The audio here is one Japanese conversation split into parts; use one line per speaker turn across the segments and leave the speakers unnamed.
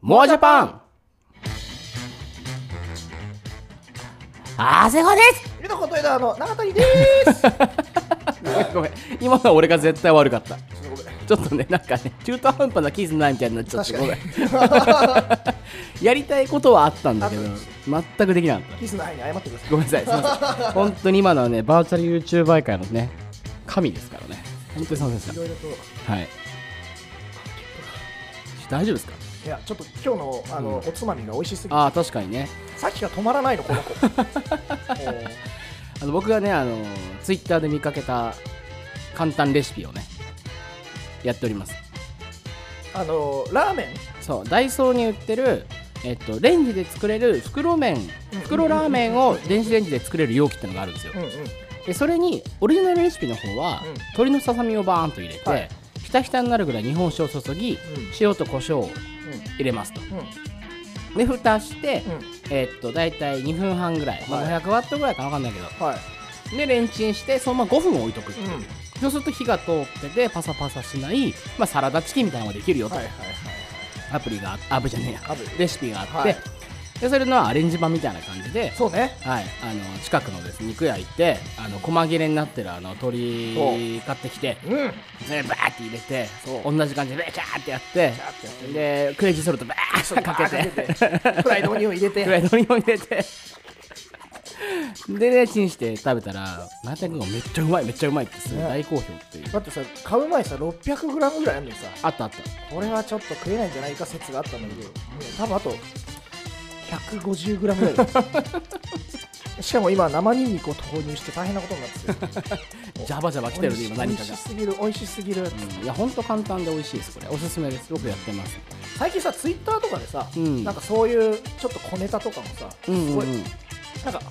モアジャパンあせこです
ゆることえだの永谷です。
ごめん ごめん今のは俺が絶対悪かった
ごめん
ちょっとねなんかね中途半端なキズないみたいになっちゃって
確
ごめ
か
ん やりたいことはあったんだけど
あっ
全くできなかった
キスの愛に謝ってください。
ごめんなさい、すみま せん。本当に今のはね、バーチャル YouTuber 界のね、神ですからね。本当にすみませんで
い
し
ろいろと、
た。はい。大丈夫ですか
いや、ちょっと今日の、あの、おつまみが美味しすぎて、
ああ、確かにね。
さっきが止まらないの、この子。もう
あの僕がね、あの、Twitter で見かけた簡単レシピをね、やっております。
あの、ラーメン。
そう、ダイソーに売ってる、えっと、レンジで作れる袋麺、袋ラーメンを電子レンジで作れる容器ってのがあるんですよ
う。んうん。
でそれにオリジナルレシピの方は、
うん
鶏のささみをバーンと入れて、
はい
ひたひたになるぐらい日本酒を注ぎ、塩と胡椒を入れますと
うん。うん。
で蓋して、
うん。
えーっと大体2分半ぐらい、まあ
は
500ワットぐらいかな分かんないけど
はい。
でレンチンしてそのまま5分置いとくって
う
い
ん
う、。そうすると火が通っててパサパサしない、まあ、サラダチキンみたいなのができるよと、
はいはいはい。
アプリがあアプリじゃねえ
アプ
や
リ
レシピがあって、
はい
でそれのアレンジ版みたいな感じで
そうね。
はい、あの近くのです肉屋行ってあの細切れになってるあの鶏買ってきて
うん。やっ
それバーって入れて
そう
同じ感じでベチャーってやって
てや って。
でクレイジーソルトバーッとかけて
フライドオニオン入 れて。
フライドオニオン入れてでねチンして食べたら「マータン君がめっちゃうまいめっちゃうまい」ってすごい
ね
大好評っていう
だってさ、買う前さ、600グラムぐらいあるのにさ、
あったあった
これはちょっと食えないんじゃないか説があったんだけど、多分あと150グラムぐらいだよ しかも今、生ニンニクを投入して大変なことになってる。
ジャバジャバ来て
美
る
味
ね
し
今何か
美味
が
し。すぎる、美味しすぎる。
うんいや本当簡単で美味しいですこれおすすめですよくやってます
最近さ、ツイッターとかでさ、
うん
なんかそういうちょっと小ネタとかもさ、
うんうん、うん、
すごいなんか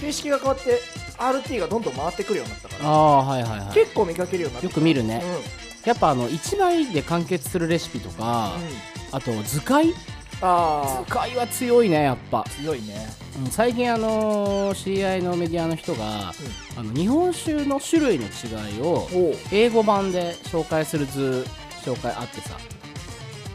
形式が変わって RT がどんどん回ってくるようになったか
あ
ら、
あはいはいはい
結構見かけるようになって
よ
き
く
た。
見るね、
うん
やっぱあの1枚で完結するレシピとか、
うん
あと図解
あ
図解は強いねやっぱ、
あ、強いね。
うん最近あのー知り合いのメディアの人が、あの日本酒の種類の違いを
おう
英語版で紹介する図紹介あってさ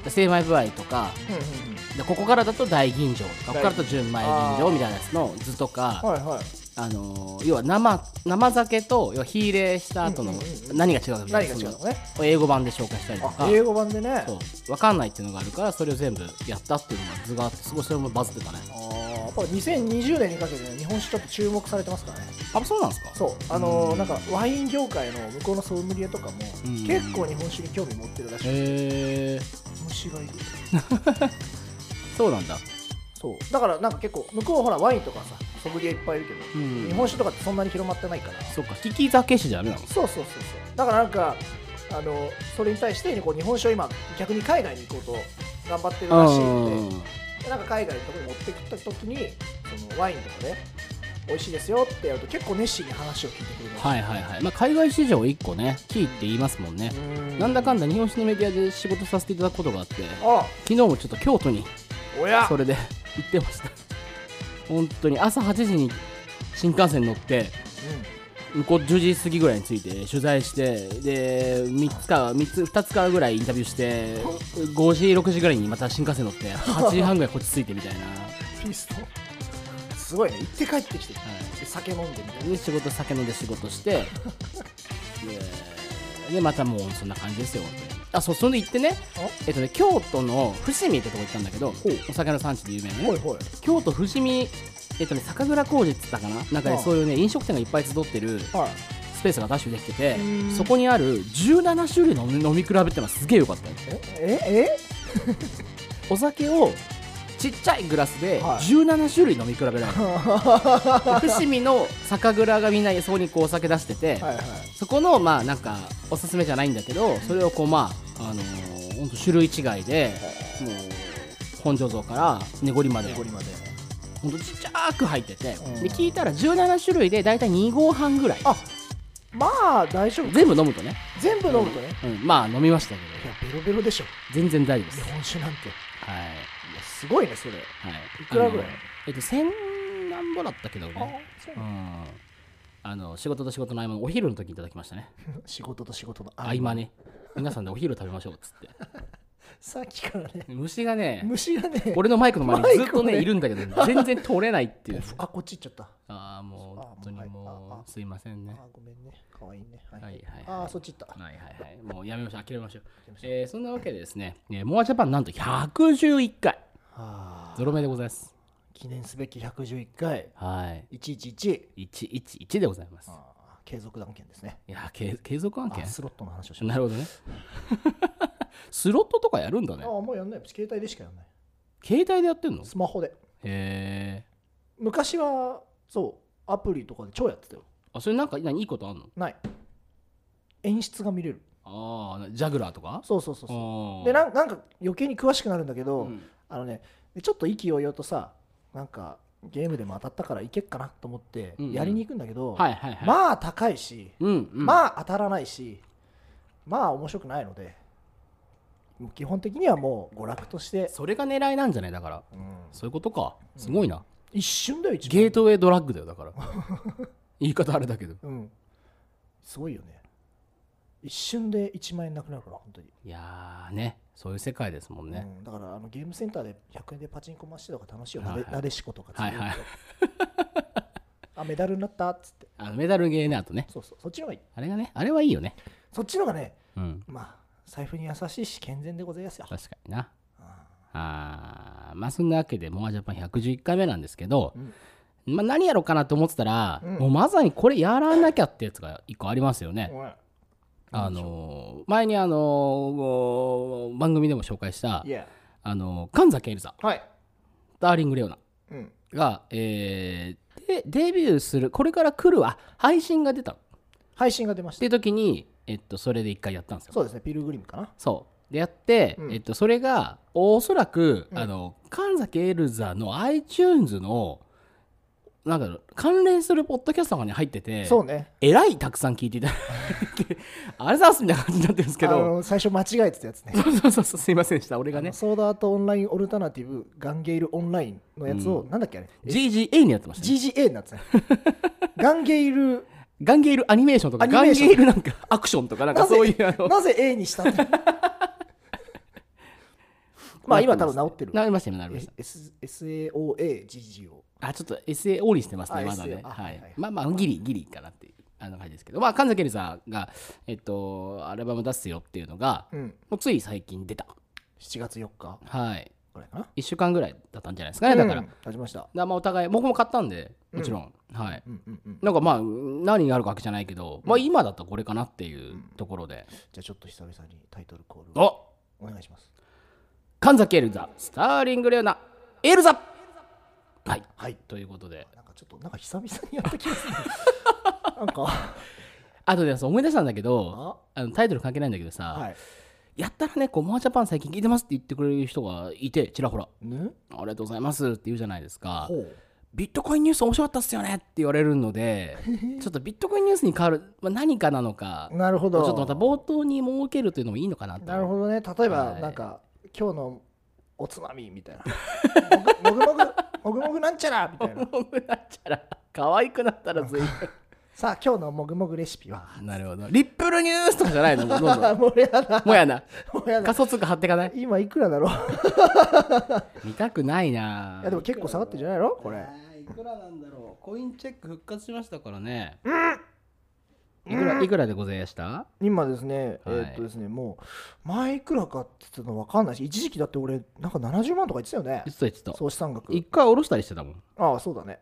精米具合とか
うんうんうん
でここからだと大吟醸とかここからだと純米吟
あ
醸
ー
みたいなやつの図とかあ、
はいはい。
のー要は生生酒と要は火入れした後の
うんうんうんうん
何が違うかみたい
何
な
が違うの
そ
ね。
の英語版で紹介したりと
あ
か
英語版でね。
そう分かんないっていうのがあるからそれを全部やったっていうのが図があってすごいそれもバズってたね
あーやっぱ2020年にかけてね、日本酒ちょっと注目されてますからね。
あそうなんですか
そう、あのー
うん
なんかワイン業界の向こうのソムリエとかも、
うん
結構日本酒に興味持ってるらしい。
へえ
虫がいる。
そうなんだ
そう、だからなんか結構向こうほらワインとかさ、ソムリエいっぱいいるけど、
うん
日本酒とかってそんなに広まってないから。
そっか利き酒師じゃダメなの
そうそうそうそう。だからなんか。あのそれに対してこう日本酒を今逆に海外に行こうと頑張ってるらしいのででなんか海外のところに持ってきた時にそのワインとかで美味しいですよってやると結構熱心に話を聞いてくれるの
はいはいはい、まあ、海外市場1個ねキーって言いますもんね
う、ー
なんだかんだ日本酒のメディアで仕事させていただくことがあって
あ
昨日もちょっと京都に
おや
それで行ってました本当に朝8時に新幹線乗って向こう10時過ぎぐらいに着いて取材してで3つか三つ2つかぐらいインタビューして5時6時ぐらいにまた新幹線乗って8時半ぐらいこっち着いてみたいな、は
うんピースとすごいね行って帰ってきてで酒飲んでみたい
い、で仕事酒飲んで仕事してででまたもうそんな感じですよ本当にあそうそれで行ってね
な
えっとね京都の伏見ってとこ行ったんだけど
ほう
お酒の産地で有名なね、
あほいほい
京都伏見えっとね酒蔵工事っつったかななんかね
ああ
そういうね飲食店がいっぱい集ってる
はい
スペースがダッシュできてて
うん
そこにある17種類の飲み飲み比べってのはすげえ良かったよ
ええ
お酒をちっちゃいグラスで
はい
17種類飲み比べられる、で伏見の酒蔵がみんなそこにこうお酒出してて、
えはいはい
そこのまあなんかおすすめじゃないんだけどそれをこうまああのー、ほんと種類違いでもう本醸造から根掘りまで
ゴリまで
ほんとちっちゃく入ってて、
うん
で聞いたら17種類で大体2合半ぐらい
あまあ大丈夫
全部飲むとね、
全部飲むとね
うん、まあ飲みましたけ
い
ど
やベロベロでしょ
全然大丈夫で
日
す
本酒なんてい
はい、
やすごいねそれ
はい、
いくらぐらい
あのえっと千何ぼだったけど
あ
ね
そう
う
なん
んあの仕事と仕事の合間のお昼の時にいただきましたね
仕事と仕事の
合間ね皆さんでお昼食べましょうっつって
さっきからね
虫がね
虫がね
俺のマイクの前にずっと
マイクを
ね
ね
いるんだけ ど全然取れないっていう
あこっち行っちゃった
ああもう本当にもうすいませんね
あごめんね可愛いねは
はいいはい
あ
は
ー
い
そっち行った
はいはいはいもうやめましょう諦めましょう
めま、しょ
えー、そんなわけでですね、えーモアジャパンなんと111回
はあ
ゾロ目でございます
記念すべき111回
はい
111
111でございます
あー継続断件ですね
いやー継継続案件
あスロットの話をしま
なるほどね スロットとかやるんだね
ああもうやんない携帯でしかやんない
携帯でやってんのへ
スマホで
え
昔はそうアプリとかで超やってたよ
あそれなんか何いいことあんの
ない演出が見れる
ああジャグラーとか
そうそうそうそう
う
でなんなんか余計に詳しくなるんだけど、
うん
あのねでちょっと意気揚々とさなんかゲームでも当たったからいけっかなと思って
うんうん
やりに行くんだけど、
はいはいはい
まあ高いし、
うんうんあ
まあ当たらないしまあ面白くないのでもう基本的にはもう娯楽として、
それが狙いなんじゃないだから
うん
そういうことかすごいな
一瞬だよ一番
ゲートウェイドラッグだよだ から言い方あれだけど
うんすごいよね一瞬で1万円なくなるから本当に、
いやーねそういう世界ですもんね
うんだからあのゲームセンターで100円でパチンコ回してたから楽しいよ、
はいはい
なでなでしことかつ
はいはい
あメダルになったっつって
あのメダルゲーねあとね
そうそうそっちの方がいい
あれがねあれはいいよね
そっちの方がね
うん
まあ財布に優しいし健全でございますよ
確かになあーまあそんなわけでモアジャパン111回目なんですけど、まあ、何やろうかなと思ってたら、
うん
もうまさにこれやらなきゃってやつが一個ありますよね、
おい
あのー前にあのーこう番組でも紹介した
いや
あのー神崎エルサ
はい
ダーリング・レオナ
うん
が、えーでデビューするこれから来るあ配信が出たっ
配信が出ましてた
いう時に、えっと、それで一回やったんですよ
そうですねピルグリムかな
そうでやって、
うん
えっと、それがおそらく、
うん
あの神崎エルザの iTunes のなんか関連するポッドキャストとかに入ってて
そうね
えらいたくさん聞いていただい てあれざますみたいな感じになってるんですけ
あ
ど
の最初間違えてたやつね
そうそうそうそうすいませんでした俺が
あ
ね
のソードアートオンラインオルタナティブガンゲイルオンラインのやつを、なんだっけあれ
GGA にやってました、ね、
GGA になっ てたねガンゲイル
ガンゲールアニメーションとか
アニメ
ガン
ー
ゲ
ション
ールなんかアクションとかなんか
なぜ
そういうあの
なぜ A に したんだまあ今多分治ってる
なりましたねなりました
S- SAOAGGO
あちょっと SAO にしてますね
あ
まだね
SAO あ
は
はいはいい
まあまあギリギリかなっていうあの感じですけどまあ神崎エルザがえっとアルバム出すよっていうのが
うん
もうつい最近出た
7月4日
はい
ぐらいかな
1週間ぐらいだったんじゃないですかねだから、
うん立ちました
だまあお互い僕も買ったんでもちろん、はい
うんうんうん
なんかまあ何があるかわけじゃないけど、まあ今だったらこれかなっていうところで、
じゃあちょっと久々にタイトルコールを
お
お願いします
神崎エルザスターリングレオナエルザはい
はい
ということで
なんかちょっとなんか久々にやった気 がするなんか
あとでそう思い出したんだけど
あ
あのタイトル関係ないんだけどさ、
はい
やったらねこう「モアジャパン最近聞いてます」って言ってくれる人がいてちらほら「
ね
ありがとうございます」って言うじゃないですか
ほう
ビットコインニュース面白かったっすよねって言われるのでちょっとビットコインニュースに変わる、まあ、何かなのか
なるほ
ちょ
ど
っとまた冒頭に設けるというのもいいのかなと
な るほどね例えば
はい
なんか今日のおつまみみたいなもぐもぐもぐもぐ もぐなんちゃらみたいな
もうなっちゃら可愛くなったら随分
さあ今日のもぐもぐレシピは
なるほどリップルニュースとかじゃないのもうどんどん
あもうやだ
もうやな
もうやだ
仮想通貨貼ってかない
今いくらだろう
見たくないない
やでも結構下がってんじゃないのこれ
あーいくらなんだろうコインチェック復活しましたからねいくらいくらでございました
今ですねえ
はい
ーっとですねもう前いくらかって言ってたの分かんないし一時期だって俺なんか70万とか言ってたよね
言ってた言ってた
総資産額
一回下ろしたりしてたもん
ああそうだね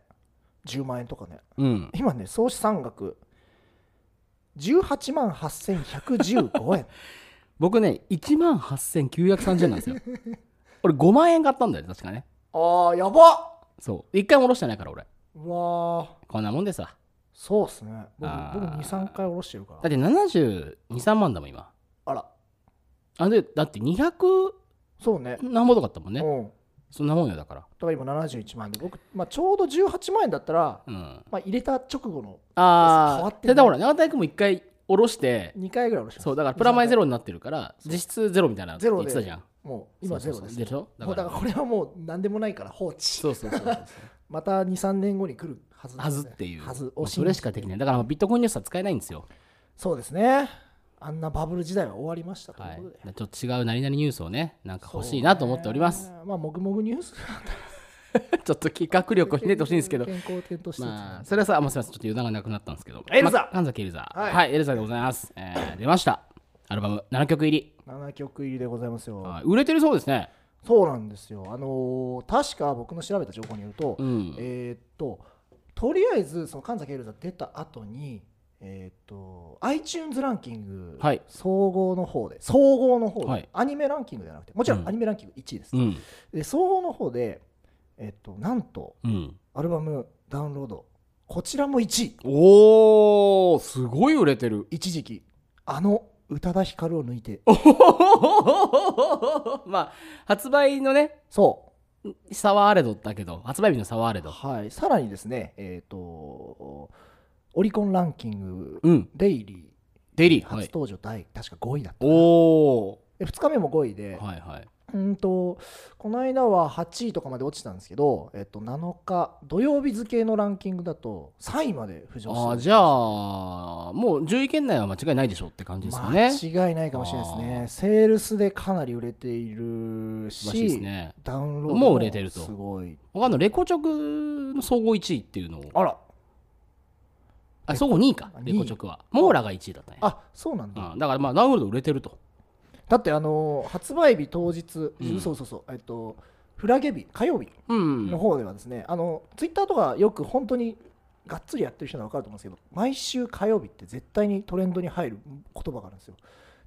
10万円とかね
うん
今ね総資産額18万8115円
僕ね1万8930円なんです よ俺5万円買ったんだよね確かね
ああやばっ
そう一回も下ろしてないから俺
うわー
こんなもんでさ
そうっすね僕僕
あー
23回下ろしてるか
だ
ら
って723万だもん今
あら
あでだって200
そうね
何ぼとかだったもんね
うんだ
そんなもんよだから
から今71万円で僕、まあ、ちょうど18万円だったら、
うん
まあ、入れた直後の
あ
変わ
あ
ってな
た
い
だほら永田君も一回下ろして
2回ぐらい下ろしてます
そうだからプラマイゼ
ロ
ロになってるから実質ゼロみたいなって
ゼロ
言っ
で
てたじゃん
もう今ゼロ
そうそ
です
うそうでしょだ
もう
か
だ
ら
からこれはもう何でもないから放置
そうそうそうそう
また23年後に来るはず
はずっていう
はず
もうそれしかできないだからもうビットコインニュースは使えないんですよ
そうですねあんなバブル時代は終わりましたと
はいいう
ことで、、
ちょっと違う何々ニュースをねなんか欲しいなと思っております、
そうね。まあ、もぐもぐニュー
ち
ス
ょっと企画力をひねってほしいんですけど
健康点として、
まあそれはさあもうすいませんちょっと油断がなくなったんですけど
エルザ
まあ神崎エルザは、
はいい
エルザでございます、えー出ましたアルバム7曲入り、
7曲入りでございますよ。
はい売れてるそうですね
そうなんですよ。あのー確か僕の調べた情報によると、
うん
えーっととりあえずその神崎エルザ出た後に。えーっと iTunes ランキング、
はい
総合の方で総合の方で、
はい
アニメランキングではなくてもちろ
うん
んアニメランキング1位です、
うん
で総合の方で、えーっとなんと
うん
アルバムダウンロードこちらも1位
おおすごい売れてる
一時期あの宇多田ヒカルを抜いて
まあ発売のね
そ
差はあれどだけど発売日の差はあれ
う、
ど
はい、さらにですねえっ、とオリコンランキング
うん
デイリ
デイリ
ー
ーは
初
い
登場第、確か5位だった
おお
2日目も5位で、
はいはい
うんとこの間は8位とかまで落ちたんですけど、えっと7日土曜日付のランキングだと3位まで浮上して
ああ
る
じゃあもう10位圏内は間違いないでしょうって感じですよね
間違いないかもしれない
あ
ですねセールスでかなり売れているし
らしいですね
ダウンロード
もう売れてると
すごい
他のレコチョクの総合1位っていうのを
あら
あ総合2位か
あ
レコチョクはモーラが1位だったね
あそうなんだ、
うんだからまあダウンロード売れてると
だってあのー発売日当日、
うん
そうそうそうえっとフラゲ日火曜日
うん
の方ではですね、あのツイッターとかよく本当にがっつりやってる人なら分かると思うんですけど毎週火曜日って絶対にトレンドに入る言葉があるんですよ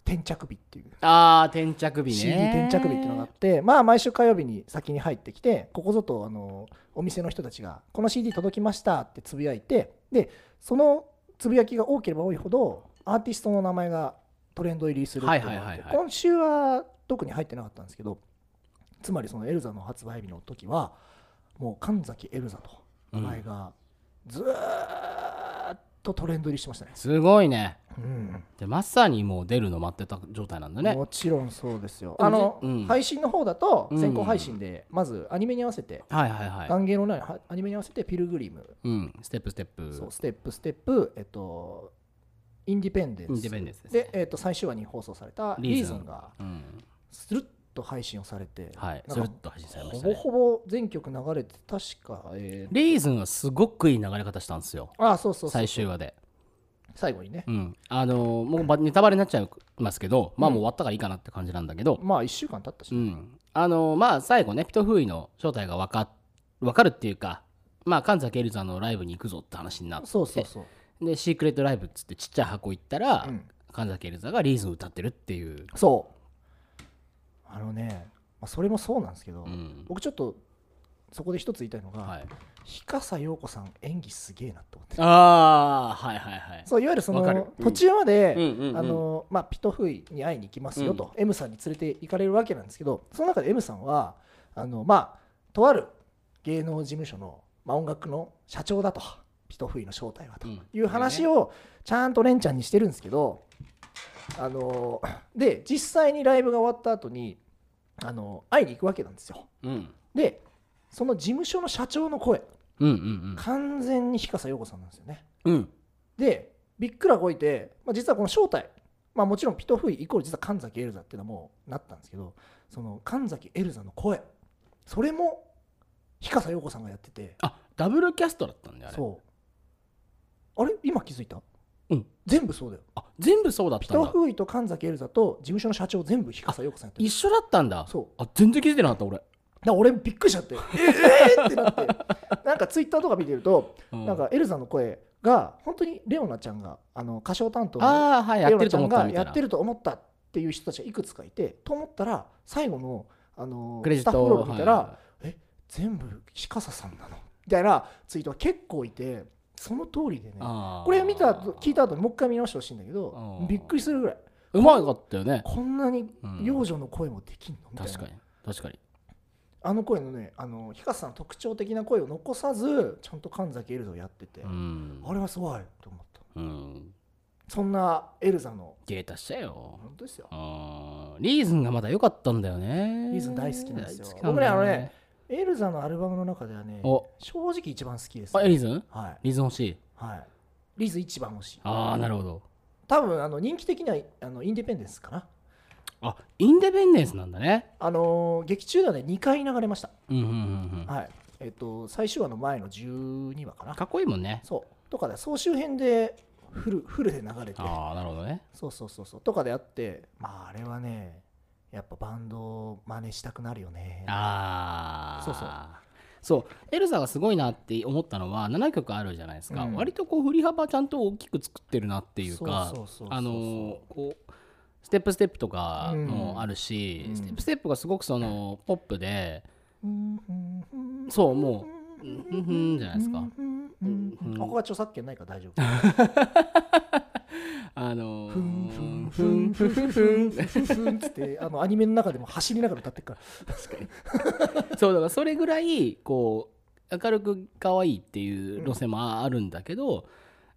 転着日っていう、
ああ転着日
CD
ね
転着日っていうのがあってまあ毎週火曜日に先に入ってきてここぞとあのお店の人たちがこの CD 届きましたってつぶやいてでそのつぶやきが多ければ多いほどアーティストの名前がトレンド入りするっていうのがあって
はいはいはいはい
今週は特に入ってなかったんですけどつまりそのエルザの発売日の時はもう神崎エルザと名前がずーっとトレンド入りしてましたね、
すごいね
うん
でまさにもう出るの待ってた状態なんだね
もちろんそうですよ
でも
あの、
うん
配信の方だと
うん
先行配信でまずアニメに合わせて
はいはいはい
歓迎のないはアニメに合わせてピルグリム、
うんステップステップ
そうステップステップえっとインディペンデンス
インディペンデンスですね
で、えっと、最終話に放送された
リ
リ
ー
ー
ズ
ズ
ン
ンが
うん
スルッと配信をされて、
はい
なん
ス
か
ルッと配信されまし
ほ
た
ぼ
ね
ほぼ全曲流れて確か、えー
リーズンはすごくいい流れ方したんですよ
ああそうそうそう
最終話で
最後にね、
うんあのーもうばネタバレになっちゃいますけどまあもう終わったからいいかなって感じなんだけど
まあ1週間経ったし、
うん、あのまあ最後ねピトフーイの正体が分か分かるっていうかまあ神崎エルザのライブに行くぞって話になって
そうそうそう、
でシークレットライブっつってちっちゃい箱行ったら、
うん
神崎エルザがリーズン歌ってるっていう、
そうあのね、まあ、それもそうなんですけど、
うん
僕ちょっとそこで一つ言いたいのが、
はい、
日笠陽子さん演技すげえなと思って
あーはいはいはい
そういわゆるそ
わかる
の
うん
途中まで、
うんうんうん
あのまあ、ピトフイに会いに行きますよと、M さんに連れて行かれるわけなんですけどその中で M さんはあの、まあ、とある芸能事務所の、まあ、音楽の社長だとピトフイの正体はと
うん
いう話をちゃんとレンちゃんにしてるんですけど、あので実際にライブが終わった後にあの会いに行くわけなんですよ。
うん
でその事務所の社長の声
うんうん
完全に日笠陽子さんなんですよね。
うんうん
でびっくらこいて、まあ、実はこの正体、まあ、もちろんピトフイイコール実は神崎エルザっていうのはもうなったんですけどその神崎エルザの声それも日笠陽子さんがやってて
あダブルキャストだったんだよね
そうあれ今気づいた
うん
全部そうだよ
あ全部そうだっ
ピ
たん
ト
だ
フイと神崎エルザと事務所の社長全部日笠陽子さんやってる
一緒だったんだ
そう
あ全然気づいてなかった俺、
だから俺びっくりしちゃってええー、ってなってなんかツイッターとか見てると
うん
なんかエルザの声が本当にレオナちゃんがあの歌唱担当の
ああはいや
レ
っ
オ
て
ナ
る
ち
と
ゃ
思
ん
った
が
みた
や
い
っ
な
てると思ったっていう人たちがいくつかいてと思ったら最後の、あのー
クレジッ
スタッ
ト
フロール見たら、
は
全部日笠さんなのみたいなツイートが結構いてその通りでね
いあー
これ見た後聞いた後にもう一回見直してほしいんだけど
あー
びっくりするぐらいう
まかったよね
こんなに
うん
幼女の声もできんのみたいな
確かに確かに
あの声のねあの日笠さんの特徴的な声を残さずちゃんと神崎エルザをやってて、
うん
あれはすごいと思った
うん
そんなエルザの
データしたよ
本当ですよ
うんリーズンがまだ良かったんだよね
リーズン大好きなんですよ
大好きなんだ
僕ねあのねエルザのアルバムの中ではね
お
正直一番好きです、
あリーズン
はい
リーズン欲しい
はいリーズ一番欲しい
ああなるほど
多分あの人気的にはあのインディペンデンスかな
あインデペンデンスなんだね
あのー劇中ではね2回流れました、
うんうんうん
はいえっと最終話の前の12話か
うん
な
かっこいいもんね
そうとかで総集編でフルフルで流れて
ああなるほどね
そうそうそうそうとかであってまああれはねやっぱバンドを真似したくなるよね
ああ
そうそう
そうエルサがすごいなって思ったのは7曲あるじゃないですか、
うん
割とこう振り幅ちゃんと大きく作ってるなっていうか
そうそうそうそう
あのーこうステップステップとかもあるし、
うん
ステップステップがすごくそのポップで、
うんうんうん
そうもうう
う
ん
ん
うんうんじゃないですか、
うんうんうん
うん
ここは著作権ないから大丈夫
あのー、
ふんふんふ
ふん
ん
ふ
ふ
ん
ん
ふ
ふ
ん
ん
ふん
ふんふんふんつってあのアニメの中でも走りながら歌ってるから
そうだからそれぐらいこう明るく可愛いっていう路線もあるんだけど、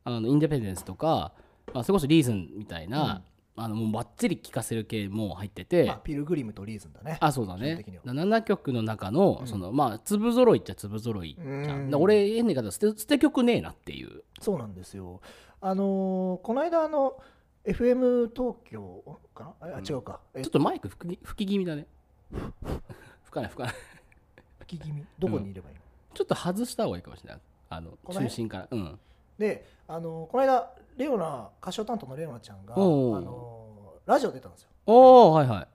あのインディペンデンスとか、まあ、それこそリーズンみたいな、あのもうばっちり聴かせる系も入ってて、
まあピルグリムとリーズンだね
あそうだ
基本
ね
的には
7曲の中のその、まあ粒揃いっちゃ粒揃いじゃん、だ
うん
から俺変な言い方捨て捨て曲ねえなっていう
そうなんですよあのーこの間あの FM 東京かなあ違うかえ
ちょっとマイク吹き吹き気味だね 吹かない吹かない
吹き気味どこにいればいいの
ちょっと外した方がいいかもしれないあの中
この辺
心からうん
で、あのこの間レオナ歌唱担当のレオナちゃんが、あ
おう
のラジオ出たんですよ
おおはいはい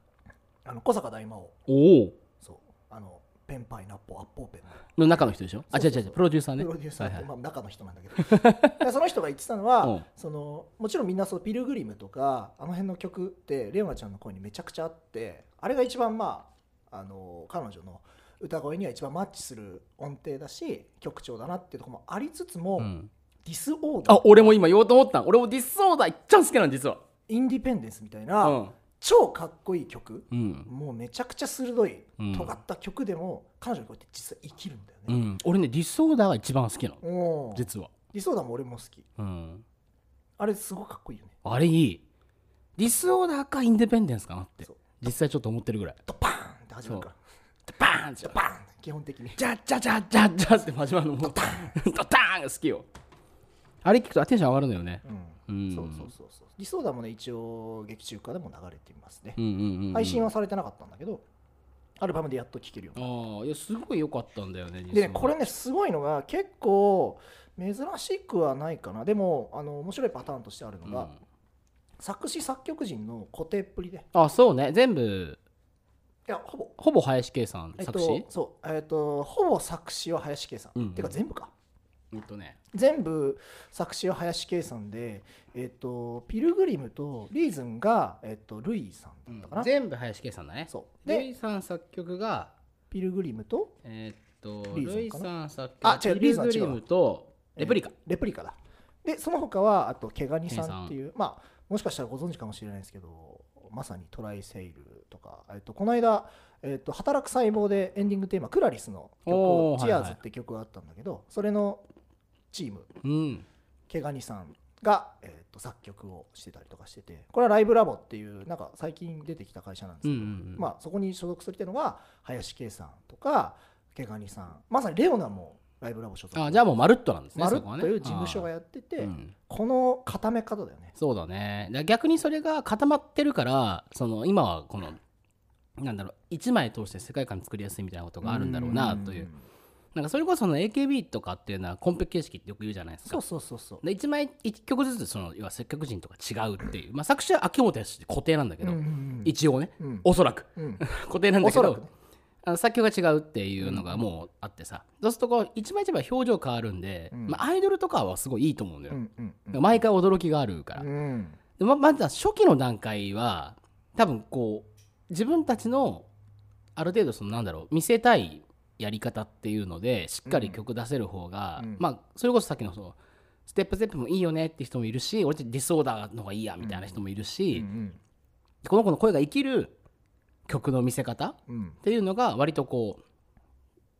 あの小坂大魔王
おお
そうあのペンパイナッポアッポーペン
の中の人でしょあ違う
そ
違違
うそううそう
うプロデューサーね
のプロデューサーって、
はいはい
まあ、中の人なんだけど でその人が言ってたのは、
うん
そのもちろんみんなそうピルグリムとかあの辺の曲ってレオナちゃんの声にめちゃくちゃあってあれが一番まああの彼女の歌声には一番マッチする音程だし曲調だなっていうところもありつつも、
うん
ディスオーダー
あ俺も今言おうと思った俺もディスオーダーいっちゃん好きなん実は
インディペンデンスみたいうな、
ん
超かっこいい曲
うん
もうめちゃくちゃ鋭い
うん
尖った曲でも、彼女の声って実は生きるんだよ
う
ね、
ん俺ねディスオーダーが一番好きなの
おー
実は
理想だも俺も好き
うん
あれすごくかっこいいよね
あれいいディスオーダーかインデペンデンスかなって
そう
実際ちょっと思ってるぐらい
ドバーンって始まるから
バーンじゃ
ドバーンって基本的に
じゃじゃじゃじゃじゃって始まるのもうドタンドタンが好きよあれ聞くとテンション上がるのよね
う
うんん
そうそうそうそう理想だもね一応劇中歌でも流れていますね
うんうんうんうん
配信はされてなかったんだけどアルバムでやっと聴けるように
ああいやすごい良かったんだよね
でねこれねすごいのが結構珍しくはないかなでもあの面白いパターンとしてあるの
実は
が、作詞作曲人の固定っぷりでい
うんあそうね全部
やほぼ
ほぼ林圭さん
えっ
作詞
と、そう、えっと、ほぼ作詞は林圭さん、
うんうん
てか全部か
うんとね
全部作詞は林圭さんで、えっと、ピルグリムとリーズンが、えっと、ルイさんだったかな、
全部林圭さんだね
そう
ル
で
イさん作曲が
ピルグリムと
えーっと
リーさんかな
ルイさん作曲
あ違う
ピ
リー
ル
さん
グ
違う
リムとレプリカ、
えーレプリカだでその他はあと毛ガニ
毛
さ
ガニさん
んっていうまあもしかしたらご存知かもしれないですけどまさにトライセイルとか、えっと、この間、えっと「働く細胞」でエンディングテーマクラリスの曲
お
を
ー
「チア
は
ー
い
ズ」
はい
って曲があったんだけど、それのチーム
うん
毛ガニさんが、えー、と作曲をしてたりとかしててこれはライブラボっていうなんか最近出てきた会社なんです
う
け
んう
ど、
ん
まあ、そこに所属するっていうのが林圭さんとか毛ガニさんまさにレオナもライブラボ所属
あじゃあもうまるっとなんですね
マル
そこは
ッ
ね
という事務所がやって
あー
て、
うん
この固め方だよね
そうだねだ逆にそれが固まってるからその今はこのなんだろう一枚通して世界観作りやすいみたいなことがあるんだろうなというなんかそれこそその AKB とかっていうのはコンペ形式ってよく言うじゃないです
そ
か
うそうそうそう
で1枚一曲ずつその要は接客人とか違うっていう、まあ、作詞は秋元康って固定なんだけど、
うんうん
一応ね
うんうん
おそらく
うん
固定なんだ
お
け
そら
ど、
くね
あの作曲が違うっていうのがもうあってさ、そうするとこう一枚一枚表情変わるんで、
うん
まあ、アイドルとかはすごいいいと思うんだ
う
よ、
んうんうん
毎回驚きがあるから、
うん
でままずは初期の段階は多分こう自分たちのある程度そのなんだろう見せたいやり方っていうのでしっかり曲出せる方が、
うん
まあそれこそさっきのそのステップステップもいいよねって人もいるし俺たちディスオーダーの方がいいやみたいな人もいる
う
し、
ん
この子の声が生きる曲の見せ方っ
うん
ていうのが割とこう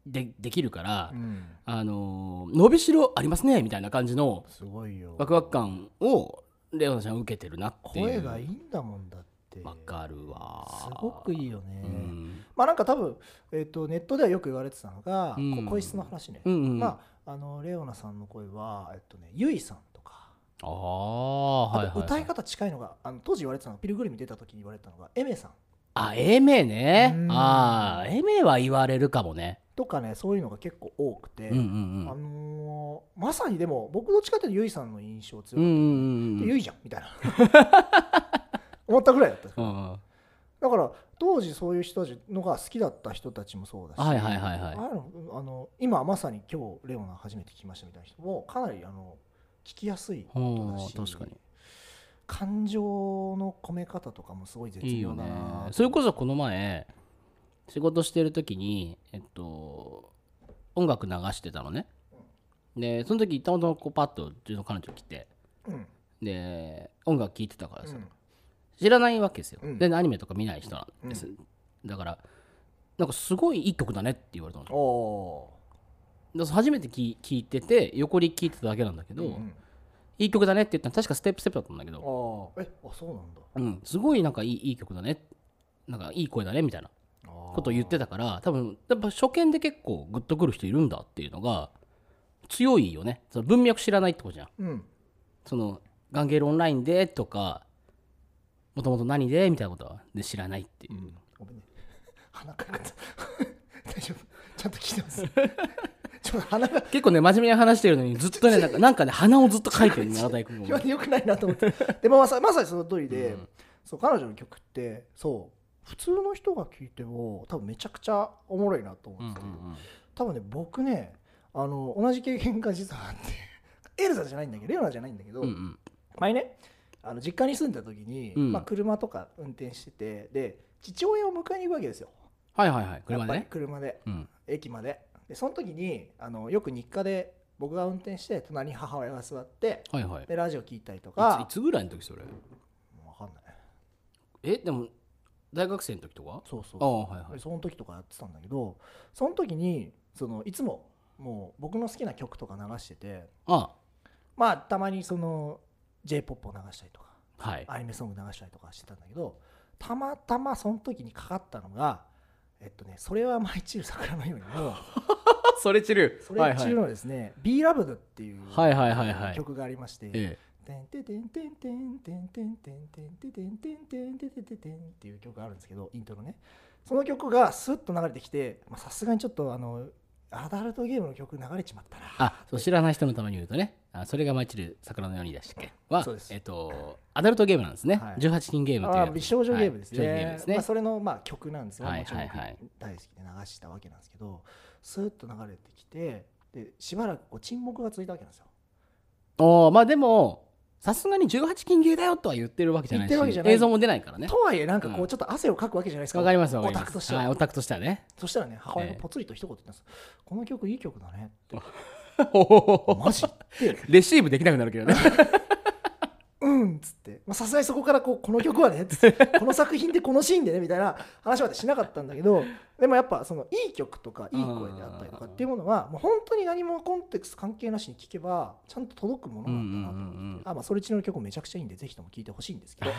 でできるから、
うん
あのー伸びしろありますねみたいな感じの
すごいよ
ワクワク感をレオナちゃん受けてるなっていう
声がいいんだもんだって
わかるわ
すごくいいよね、
うん
まあなんか多分、えっとネットではよく言われてたのが、
うん
こ声質の話ね、
うんうん
まああのレオナさんの声はえっとねゆいさんとか
ああはい
あと
はい
歌い方近いのがあの当時言われてたのがピルグリム出た時に言われてたのがエメさん
あエメね
うん
ああエメは言われるかもね
とかねそういうのが結構多くて、
うんうん
あ
うん
のーまさにでも僕どっちかっていうとユイさんの印象強
うんう
い、
んうんう
ユ
ん
イじゃんみたいな 思ったぐらいだった
うん
だから当時そういう人たちのが好きだった人たちもそうだし、
はいはいはい
あ
は
のあの今まさに今日レオナ初めて聞きましたみたいな人もかなりあの聞きやすい
い
音だ
ほ
し
う確かに
感情の込め方とかもすごい絶
いい
妙
よ
だ
ね
な
それこそこの前仕事してる時にえっと音楽流してたのねでその時たまたまこうパッとうちの彼女来て
うん
で音楽聴いてたから
う
さ、
ん
知らないわけですよ、
うん
でアニメとか見ない人なんです、だからなんかすごいいい曲だねって言われたのだか
おお
ら初めて聴聞いてて横に聴いてただけなんだけど、
ーうん
いい曲だねって言ったの確かステップステップだったんだけど、
ああえあそうなんだ
うん、すごいなんかいいいい曲だねなんかいい声だねみたいな
こ
ことを言ってたから多分やっぱ初見で結構グッとくる人いるんだっていうのが強いよねその文脈知らないってことじゃん
うん
そのガンゲールオンラインでとかもともと何でみたいなことはで知らないっていう、
ごめんね 鼻かかった 大丈夫ちゃんと聞いてます ちょっと鼻が
結構ね真面目に話してるのにずっとねなんかなんかね鼻をずっと描いて るね永田井君も
今まで良くないなと思ってでもまさまさにその通りで、
うん
そう彼女の曲ってそう普通の人が聴いても多分めちゃくちゃおもろいなと思
うん
う
う
ん
ん
ですけど、
うん
多分ね僕ねあの同じ経験が実はあって エルザじゃないんだけどレオナじゃないんだけど、
うんうん
前ねあの実家に住んだ時に、
うん
まあ、車とか運転しててで父親を迎えに行くわけですよ
はいはいはい車で
やっぱり
ね
車で
うん
駅まででその時にあのよく日課で僕が運転して隣に母親が座って
はいはいい
でラジオ聞いたりと
つい
か
つぐらいの時それ
わかんない
えでも大学生の時とか
そうそ
あ
う
あはいはい
でその時とかやってたんだけどその時にそのいつももう僕の好きな曲とか流してて
あ
まあたまにその j p o p を流したりとか
はい
アニメソング流したりとかしてたんだけどたまたまその時にかかったのがえっとね「それは舞い散る桜のように」の
それ散る
それ中のですね「BLOVED」っていう
はいはいはいはい
曲がありまして
え
てんてんてんてんてんてんてんてんてんてんてんてんてんてんてんてんてんっていう曲があるんですけどイントロねその曲がスッと流れてきてまあさすがにちょっとあのアダルトゲームの曲流れちまったな
あそう知らない人のために言うとねあそれが舞い散る桜のようにでしたっけは
そうです
えっとアダルトゲームなんですね、
はい
18金ゲームという
あ
やつ
ー美少女ゲームです
はい少女ゲーム
ね
ですね
まあそれのまあ曲なんですよ
はい
もちろん僕
はいはい
大好きで流したわけなんですけどスッと流れてきてでしばらくこう沈黙が続いたわけなんですよ
おーまあでもさすがに18金ゲーだよとは言ってるわけじゃないし
言ってるわけじゃない
映像も出ないからね
とはいえなんかこ
う
うんちょっと汗をかくわけじゃないですか
わかりますわかり
オ
ま
タクとし
す
ては
はいオタクとしてはね
そしたらね母親が
ええ
ぽつりと一言言ったんですこの曲いい曲だねって
ほほほほ
マジって
レシーブできなくなるけどね
うんっつってまあさすがにそこからこうこの曲はねっ つってこの作品でこのシーンでねみたいな話はしなかったんだけどでもやっぱそのいい曲とかいい声であったりとかっていうものはもう本当に何もコンテクスト関係なしに聴けばちゃんと届くものなんだなと思って、
うんうんうんうん
あまあそれうちの曲もめちゃくちゃいいんでぜひとも聴いてほしい んですけど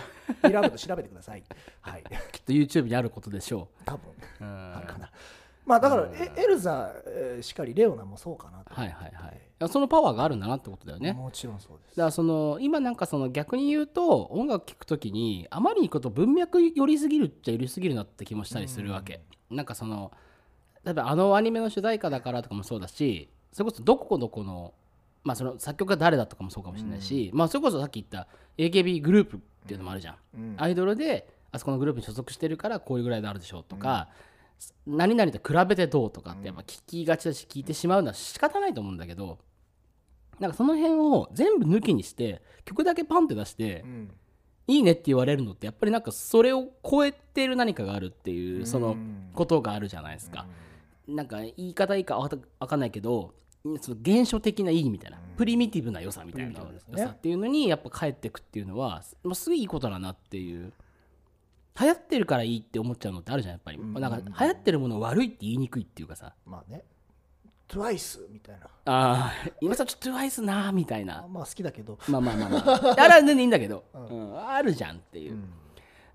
「ビラブと調べてくださいはい
きっと YouTube にあることでしょ
多分
ううん
あるかなまあだから
うん
えエルザえーしかりレオナもそうかなと
はいはいはいいやそのパワーがあるんだなってことだよね
もちろんそうです
だからその今なんかその逆に言うと音楽聴くときにあまりにこと文脈寄りすぎるっちゃ寄りすぎるなって気もしたりするわけ、なんかその例えばあのアニメの主題歌だからとかもそうだしそれこそどこどこの,、まあ、その作曲が誰だとかもそうかもしれないし、まあ、それこそさっき言った AKB グループっていうのもあるじゃん、
うん
アイドルであそこのグループに所属してるからこういうぐらいであるでしょうとか、何々と比べてどうとかってやっぱ聞きがちだし聞いてしまうのは仕方ないと思うんだけどなんかその辺を全部抜きにして曲だけパンって出して
うん
いいねって言われるのってやっぱりなんかそれを超えてる何かがあるっていうそうの
ん
ことがあるじゃないですか。なんか言い方いいかわたわかんないけどその原初的ないいみたいな
うん
プリミティブな良さみたいな
プリミティブですね
良さっていうのにやっぱ帰ってくっていうのはまあすごいいいことだなっていう流行ってるからいいって思っちゃうのってあるじゃんやっぱり
うん
なんか流行ってるものを悪いって言いにくいっていうかさ
まあね TWICE みたいな
あー今さちょっと TWICE なーみたい
あ
な
まあ好きだけど、
まあまあまあまああら全然いいんだけど、
うん
うんあるじゃんっていうう、
ん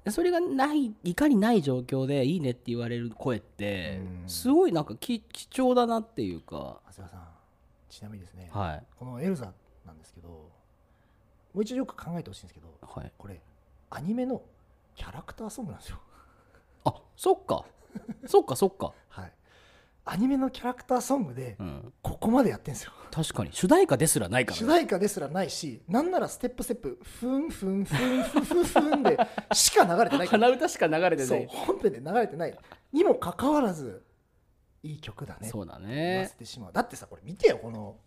でそれがないいかにない状況でいいねって言われる声って
うん
すごいなんかき貴重だなっていうか
長谷川さんちなみにですね
はい
このエルザなんですけどもう一度よく考えてほしいんですけど
はい、
これアニメのキャラクターソングなんですよ
あそっかそっかそっか、
はいアニメのキャラクターソングで
うん、
ここまでやってんですよ
確かに主題歌ですらないから
主
ね
題歌ですらないしなんならステップステップふんふんふんふんふんふんでしか流れてないから
鼻歌しか流れてな
そう
い
本編で流れてないにもかかわらずいい曲だね
そうだ
言わ
ね
せてしまうだってさこれ見てよこの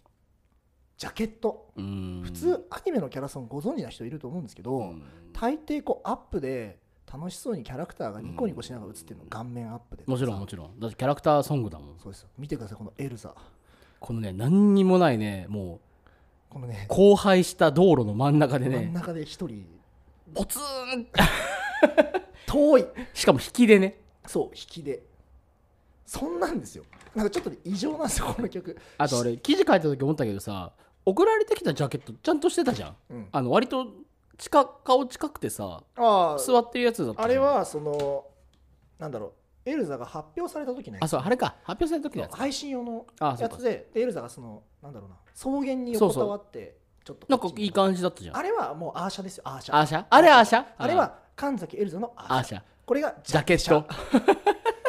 ジャケット
うん
普通アニメのキャラソンご存知な人いると思うんですけど、
うん
大抵こうアップで楽しそうにキャラクターがニコニコしながら映ってるの顔面アップで
もちろんもちろんだってキャラクターソングだもん
そうですよ見てくださいこのエルザ
このね何にもないねも
このね
う荒廃した道路の真ん中で
真ん
ね
中で一人
ポツーン
遠い
しかも引きでね
そう引きでそんなんですよなんかちょっとね異常なんですよこの曲
あと俺記事書いた時思ったけどさ送られてきたジャケットちゃんとしてたじゃん
うん
あの割と近顔近くてさ
あ
座ってるやつだった
あ
じ
れ
ゃん
はそのなんだろうエルザが発表された時ね
あそうあれか発表された時のやつ
配信用の
あそ
や
うか
つででエルザがそのなんだろうな草原に横たわってちょっと
なんかいい感じだったじゃん
あれはもうアーシャですよアーシャ
アーシャあれアーシャ
あれは神崎エルザのアーシャ
アーシャ
これが
ジャケッ
ャ
ト
こ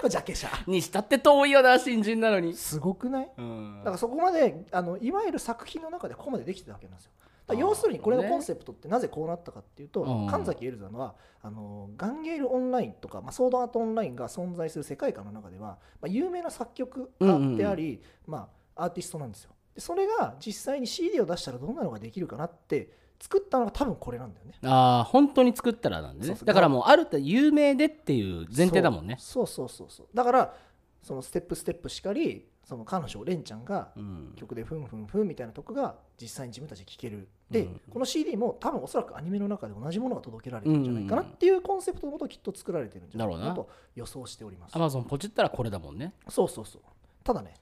れジャケシャ
にしたって遠いよな新人なのに
すごくない
うん
だからそこまであのいわゆる作品の中でここまでできてたわけなんですよだから
あー
要するにこれの
ね
コンセプトってなぜこうなったかっていうと、
うん
神崎エルザのはあのガンゲールオンラインとか、まあ、ソードアートオンラインが存在する世界観の中では、まあ、有名な作曲家であり、まあ、アーティストなんですよでそれが実際に CD を出したらどんなのができるかなって作ったのが多分これなんだよね
ああ本当に作ったらなんで
そ
ね
うそう
だからもうある程度有名でっていう前提だもんね
そうそうそうそうそうだからそのステップステップしかりその彼女レンちゃんが
うん
曲で「ふんふんふん」みたいな曲が実際に自分たちで聴けるで、
うん
この CD も多分おそらくアニメの中で同じものが届けられてるんじゃないかなっていうコンセプトのもときっと作られてるんじゃないか
な
な
るほ
と予想しております
アマゾンポチったらこれだもんね
そうそうそうただね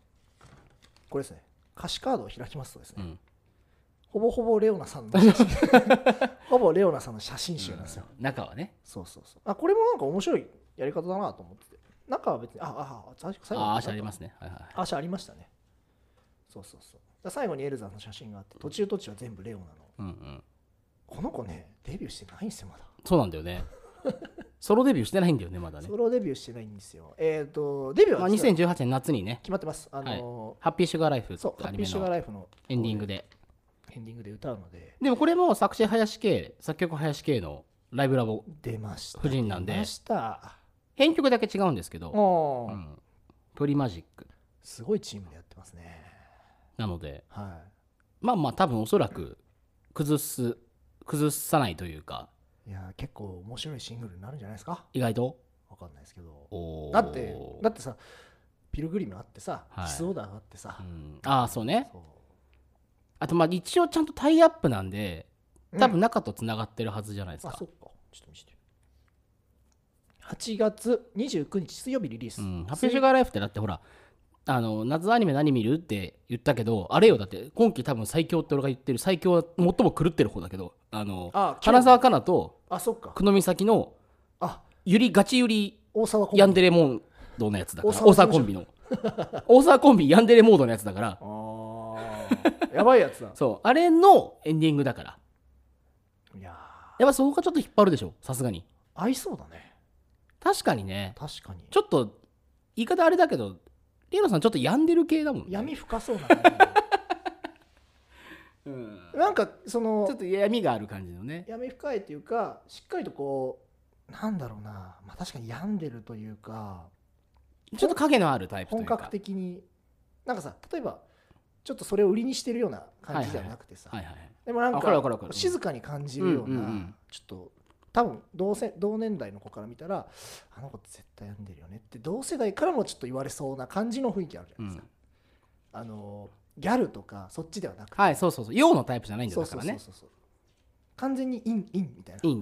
これですね歌詞カードを開きますとです
う
ね、
ん
ほぼほぼレオナさんの写真ほぼレオナさんの写真集なんですよ、
中はね
そうそうそうあこれもなんか面白いやり方だなと思ってて中は別にあああ最
あ
最後
あアーシャありますすねはいはいはい
アーシャありましたねそうそうそうだから最後にエルザの写真があって途中途中は全部レオナの
うんうん
この子ねデビューしてないんですよまだ、
そうなんだよ ねソロデビューしてないんだよねまだね
ソロデビューしてないんですよえっ、とデビュー
ま
は
あ
実は
2018年夏にね
決まってますあの
ハッピーシュガーライフ
ー
って
そう「
ア
ハッ
ニ
ピー
メ
シュガー
の
ライフ」の
エンディングで
エンディングで歌うので
でもこれも作詞林圭作曲林圭のライブラボ
出ました
夫人なんで
出ました
編曲だけ違うんですけど
おー
うん鳥マジック
すごいチームでやってますね
なので
は
まあまあ多分おそらく崩す崩さないというか
いいやー結構面白いシングルになるんじゃないですか
意外と
わかんないですけど
おー
だってだってさピルグリムあってさ、
はい
キスオーダーがあってさ
う、んああそうね
そう
あとまあ一応ちゃんとタイアップなんで多
う
分
ん
中とつながってるはずじゃないです
あ
か
そっかちょっと見せて8月29日水曜日リリース、
うん、ハッピーシュガーライフってだってほらあの夏アニメ何見るって言ったけどあれよだって今季多分最強って俺が言ってる最強は最も狂ってる方だけどあの
ああ
花澤香菜と
あそっか
久野美咲の
あ
ゆりガチゆり
大沢コンビ
ヤンデレモードのやつだか
大
ら
沢
大沢コンビの大沢コンビヤンデレモードのやつだから
あーやばい やつだ
そうあれのエンディングだから
いや
やっぱそこがちょっと引っ張るでしょさすがに
ー合いそうだね
確かにね
確かに
ちょっと言い方あれだけどレイロさんちょっと病んでる系だもんね
闇深そうな感
うん
じ なんかその
ちょっと闇がある感じのね
闇深いっていうかしっかりとこうなんだろうな、まあ、確かに病んでるというか
ちょっと影のあるタイプとい
本
うか
格的になんかさ例えばちょっとそれを売りにしてるような感じじゃなくてさ、
はいはいはい
でもなん
わかるわ
か
かるわかる
静かに感じるよう
うんうんう
なんちょっと多分同世同年代の子から見たらあの子絶対病んでるよねって同世代からもちょっと言われそうな感じの雰囲気あるじゃ
う
ないで
ん
すか、あのギャルとかそっちではなくて、
はいそうそうそう陽のタイプじゃないんだよ
そ
だ
う
か
そう
ら
そう
ね
そうそう完全にインインみたいな、
いいん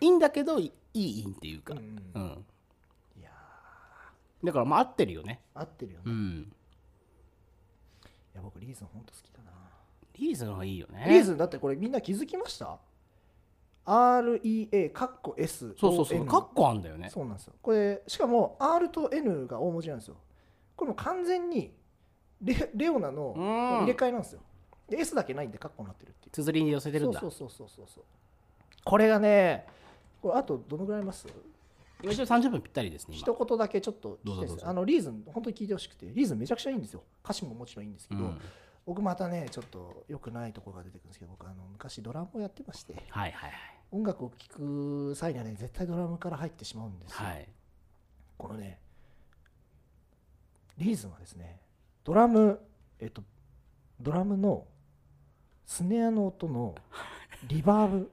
いいんだけどいいいんっていうか
うんう
うんん
いや
だからまあ合ってるよね
ー合ってるよね、
う
い
ん
や僕リーズン本当好きだな、
リーズの方がいいよね
リーズンだってこれみんな気づきました ?REA カッコ S
そうそうそうカッコあんだよね
そうなんですよこれしかも R と N が大文字なんですよこれもう完全にレレオナの
うん
入れ替えなんですよ、で S だけないんでカッコになってるっていう
綴りに寄せてるんだ
そうそうそうそうそうこれがねこれあとどのぐらいあります
一応30分ぴったりですね今
一言だけちょっと聞きたいで
どうぞ
す
どうぞ
あのリーズン本当に聞いてほしくてリーズンめちゃくちゃいいんですよ歌詞ももちろんいいんですけ
う
ど、
ん、
僕またねちょっと良くないところが出てくるんですけど僕あの昔ドラムをやってまして
はいはい
音楽を聴く際にはね絶対ドラムから入ってしまうんですよ、
はいはい
このねリーズンはですねドラムえっとドラムのスネアの音のリバーブ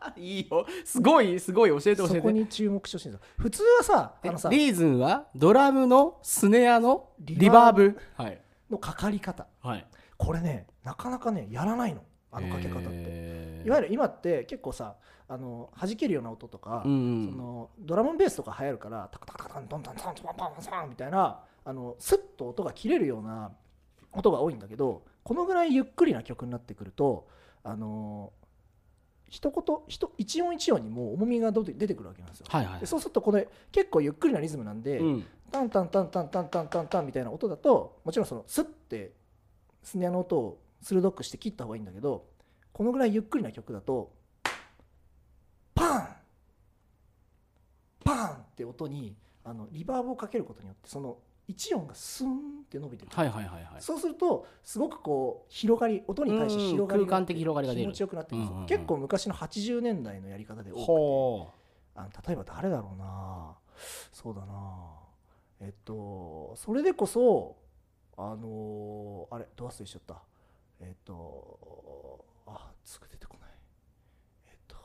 あいいよすごいすごい教えて教
そ
え
こ
て
に注目してほしいんですよ普通はさあ
え
のさ
リーズンはドラムのスネアのリ
リ
バ
バ
ー
ー
ブ
ブ
はい
のかかり方
はい
これねなかなかねやらないのあのかけ方って、
えー
いわゆる今って結構さあの弾けるような音とか、
うんうん
そのドラムベースとか流行るからタカタカタカンドンタンタントンパンパンパンみたいなあのスッと音が切れるような音が多いんだけどこのぐらいゆっくりな曲になってくるとあの一言一一音一音にもう重みがどうで出てくるわけなんですよ。
はいはい
でそうするとこれ結構ゆっくりなリズムなんで、
うん
タンタンタンタンタンタンタンタンみたいな音だともちろんそのスッてスネアの音を鋭くして切った方がいいんだけどこのぐらいゆっくりな曲だとパンパンって音にあのリバーブをかけることによってその一音がスンって伸びてる、
はいはいはいはい
そうするとすごくこう広がり音に対して広がり
うん空間的広がりが出る
気持ちよくなってくるんですよ
うんうんうん
結構昔の80年代のやり方で多くて
ほ
あの例えば誰だろうなそうだなえっとそれでこそあのーあれドアスしちゃったえっとあすぐ出てこないえっ と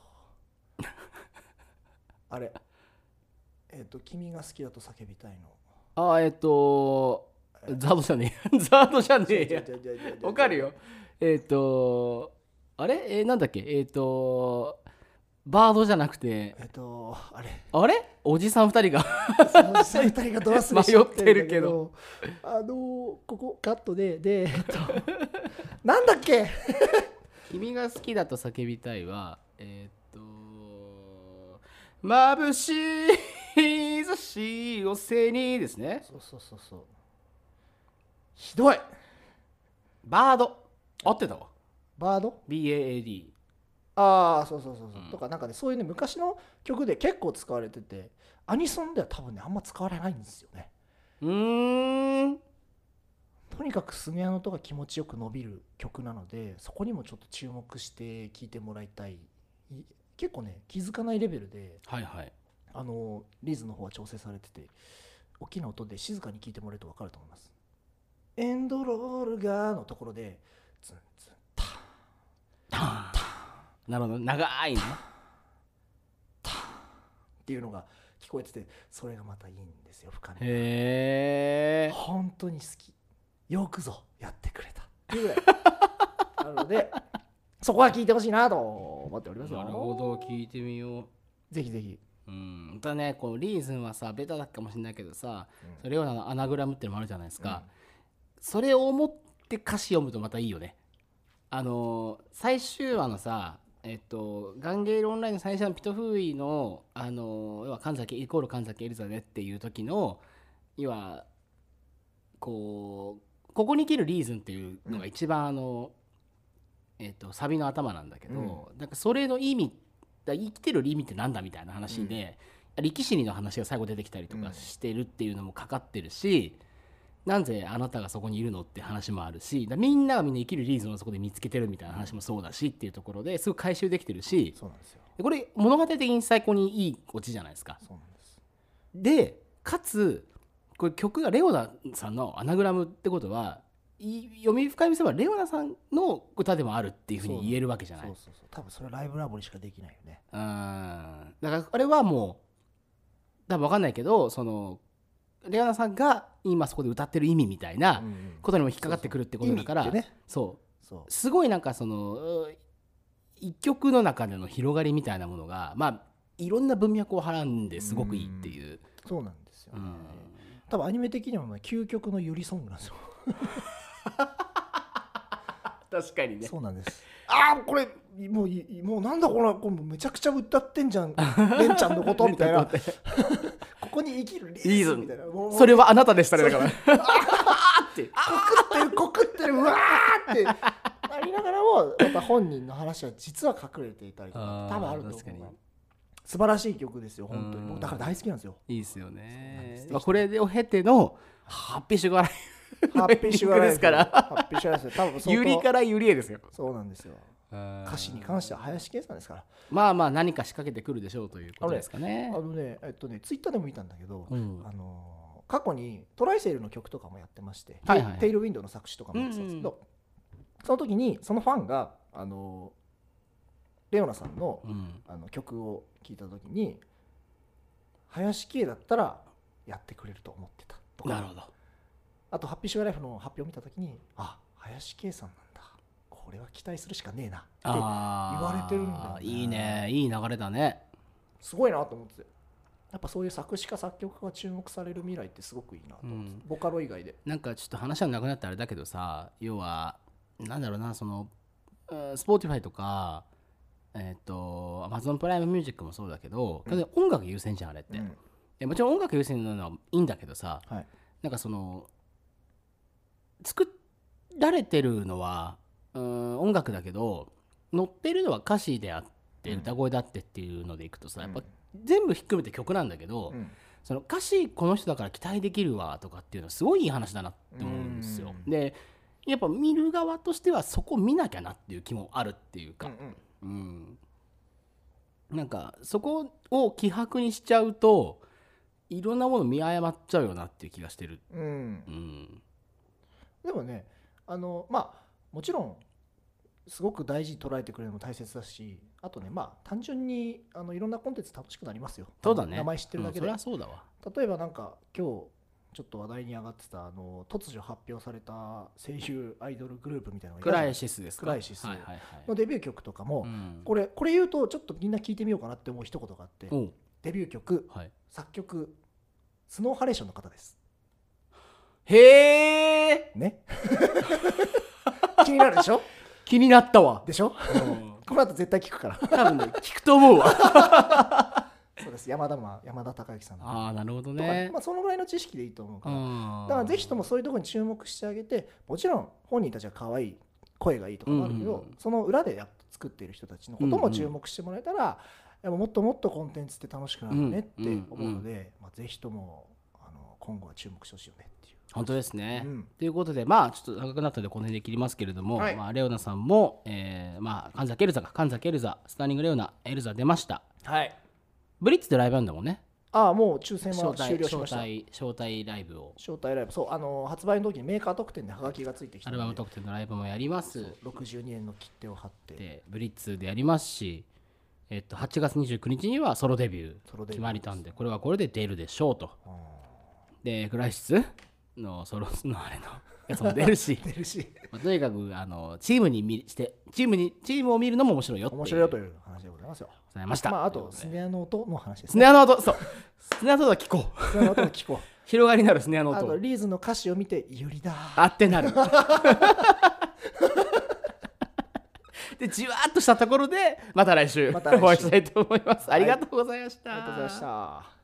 あれえっと「君が好きだと叫びたいの
うあえっとザードじゃねえ ザードじゃね」えやわかるよえっとあれえーなんだっけえっとバードじゃなくて
えっとあれ
あれおじさん二人が
その下2人がドアスレしちゃ
迷ってるけど
あのーここカットででえっ となんだっけ
君が好きだと叫びたいはえっと眩しい日差しを背にですね
そうそうそうそうひどい
バード合ってたわ
バード
BAAD
ああそうそうそうそう、
うん
とかなんかねそういうね昔の曲で結構使われててアニソンでは多分ねあんま使われないんですよね
うーん
とにかくスネアの音が気持ちよく伸びる曲なのでそこにもちょっと注目して聴いてもらいたいい結構ね気づかないレベルで
はいはい
あのリーズの方は調整されてて大きな音で静かに聞いてもらえると分かると思いますエンドロールがのところでツンツンタン
なるほど長いね
っていうのが聞こえててそれがまたいいんですよ深み
へえ
本当に好きよくぞやってくれ たっていうぐらいなのでそこは聞いてほしいなと思っておりますよ
なるほど聞いてみよう
ぜひぜひ
うん、またねこうリーズンはさベタだかもしれないけどさ、
うん
それをあのアナグラムってのもあるじゃないですか、それを思って歌詞読むとまたいいよねあのー最終話のさえっと「ガンゲールオンライン」の最初のピトフーイのあのー要は神崎イコール神崎エリザベっていう時の要はこうここに生きるリーズンっていうのが一番あの、えっとサビの頭なんだけど、なんかそれの意味だ生きてる意味ってなんだみたいな話で、力士にの話が最後出てきたりとかしてるっていうのもかかってるし、なぜあなたがそこにいるのって話もあるしだみんながみんな生きるリーズンをそこで見つけてるみたいな話もそうだしっていうところですごい回収できてるし
そうなんですよ
でこれ物語的に最高にいいオチじゃないですか。
そうなんです
でかつこれ曲がレオナさんのアナグラムってことはい読み深みすればレオナさんの歌でもあるっていうふうに言えるわけじゃない
そうそうそう多分それはライブラボにしかできないよね
うんだからあれはもう多分分かんないけどそのレオナさんが今そこで歌ってる意味みたいなことにも引っかかってくるってことだから、
意味ってね
そう
そう
すごいなんかそのう一曲の中での広がりみたいなものがまあいろんな文脈をはらんですごくいいっていう。
そうなんですよ、ね
うん
多分アニメ的にもね究極のユリソングなんですよ
確かにね
そうなんです。ああ、これ、もうい、いもうなんだこの、これもうめちゃくちゃ歌ってんじゃ ん。レンちゃんのことみたいな。ここに生きるリーズンみたいな。も う
それはあなたでしたねだから。あーっ って
コクってるコクってるうわーってなりながらもやっぱ本人の話は実は隠れていたりとか
あー
多分あると思う
確かに
素晴らしい曲ですよ本当
う
に
ん
僕だから大好きなん ですよ
いいですよね
そうなんです
まあ、これを経てのハッピーシュガーライフ
ハッピーシュガーラ
で
イフ
すから
ハッピーシュガーライフですよ多分相当
ゆりからゆりへですよ
そうなんですよ歌
歌
詞に関しては林健さんですから
まあまあ何か仕掛けてくるでしょうということですかね
あのねえっとねツイッターでも見たんだけど
うん
あのー過去にトライセルの曲とかもやってまして、
はいはい
テイルウィンドウの作詞とかもやってたんですけど、その時にそのファンが、あのーレオナさんの
うん
あの曲を聴いた時に林家だったらやってくれると思ってたと
なる
か
ほど
あと「ハッピーシュガーライフ」の発表を見た時にあ林家さんなんだこれは期待するしかねえなって
あー
言われてるんだよね
いいねいい流れだね
すごいなと思っててやっぱそういう作詞家作曲家が注目される未来ってすごくいいなと思って、
うん
ボカロ以外で。
なんかちょっと話はなくなってあれだけどさ要はなんだろうなそのスポーティファイとかえっ、とアマゾンプライムミュージックもそうだけど、だって音楽優先じゃんあれって、
うん
でもちろん音楽優先なのはいいんだけどさ
はい
なんかその作られてるのはうん音楽だけど載ってるのは歌詞であって
うん
歌声だってっていうのでいくとさ、やっ
う
ぱ
ん
全部ひっくるめて曲なんだけど、
うん
その歌詞この人だから期待できるわとかっていうのはすごいいい話だなって思うんですよ。
うん
でやっぱ見る側としてはそこ見なきゃなっていう気もあるっていうか、
うん
うんなんかそこを希薄にしちゃうといろんなもの見誤っちゃうよなっていう気がしてる。
うんうん
うん
でもねあのまあもちろんすごく大事に捉えてくれるのも大切だしあとねまあ単純にあのいろんなコンテンツ楽しくなりますよ
そうだね
名前知ってるだけ
うんそ
で、
れはそうだわ。
例えばなんか今日ちょっと話題に上がってたあの突如発表された声優アイドルグループみたいなのが
ク
いたじ
ラ
ゃん
イシスですか。
クライシス
はいはいはい。
のデビュー曲とかも、
うん
これこれ言うとちょっとみんな聞いてみようかなって思う一言があって、
おう
デビュー曲
はい。
作曲スノーハレーションの方です
へえ。
ね気になるでしょ
気になったわ。
でしょ
うん
この後絶対聞くから
多分ね聞くと思うわ。
そうです山田ま山田孝之さんとか、
ああなるほどね
ま。あ、そのぐらいの知識でいいと思うから、
だ
だからぜひともそういうところに注目してあげてもちろん本人たちは可愛い声がいいとかもあるけど、
うんうんうん
その裏でやっ作っている人たちのことも注目してもらえたら、やっぱもっともっとコンテンツって楽しくなるよねって思うので、まあ、ぜひともあの今後は注目してほしいよねっていう。
本当ですね。
うん
ということでまあちょっと長くなったのでこの辺で切りますけれども、
はい
まあ、レオナさんも、えーまあ、神崎エルザか神崎エルザスターニングレオナエルザ出ました
はい、
ブリッツでライブあんだもんね
ああもう抽選
招
は
待
終了し
招
ました。
待招待ライブを
招待ライブそうあの発売の時にメーカー特典でハガキがついてき
ア
た
ルバム
ので
特典のライブもやります
62円の切手を貼って
でブリッツでやりますし、えっと、8月29日にはソロデビュ
ソロ
ー
デビュー
決まりたんでこれはこれで出るでしょうと
うん
でクライシスのソロのあれのやつも出るし
出るし
まあとにかくあのチームに見してチームにチームを見るのも面白いよっていう
面白いよという話でございますよ。
ございました。
まあ、あ
という
と
こ
ス
で
ネアの音の話です
スネ
ね。
アの音、そう。 スネアの音は聞こう。
スネアの音を聞こう。
広がりなるスネアの
あと
音。
リーズの歌詞を見ていよりだ。
あってなる。 で、じわーっとしたところで、また来週、
また来週
お会いしたいと思います。ありがとうございました。
ありがとうございました。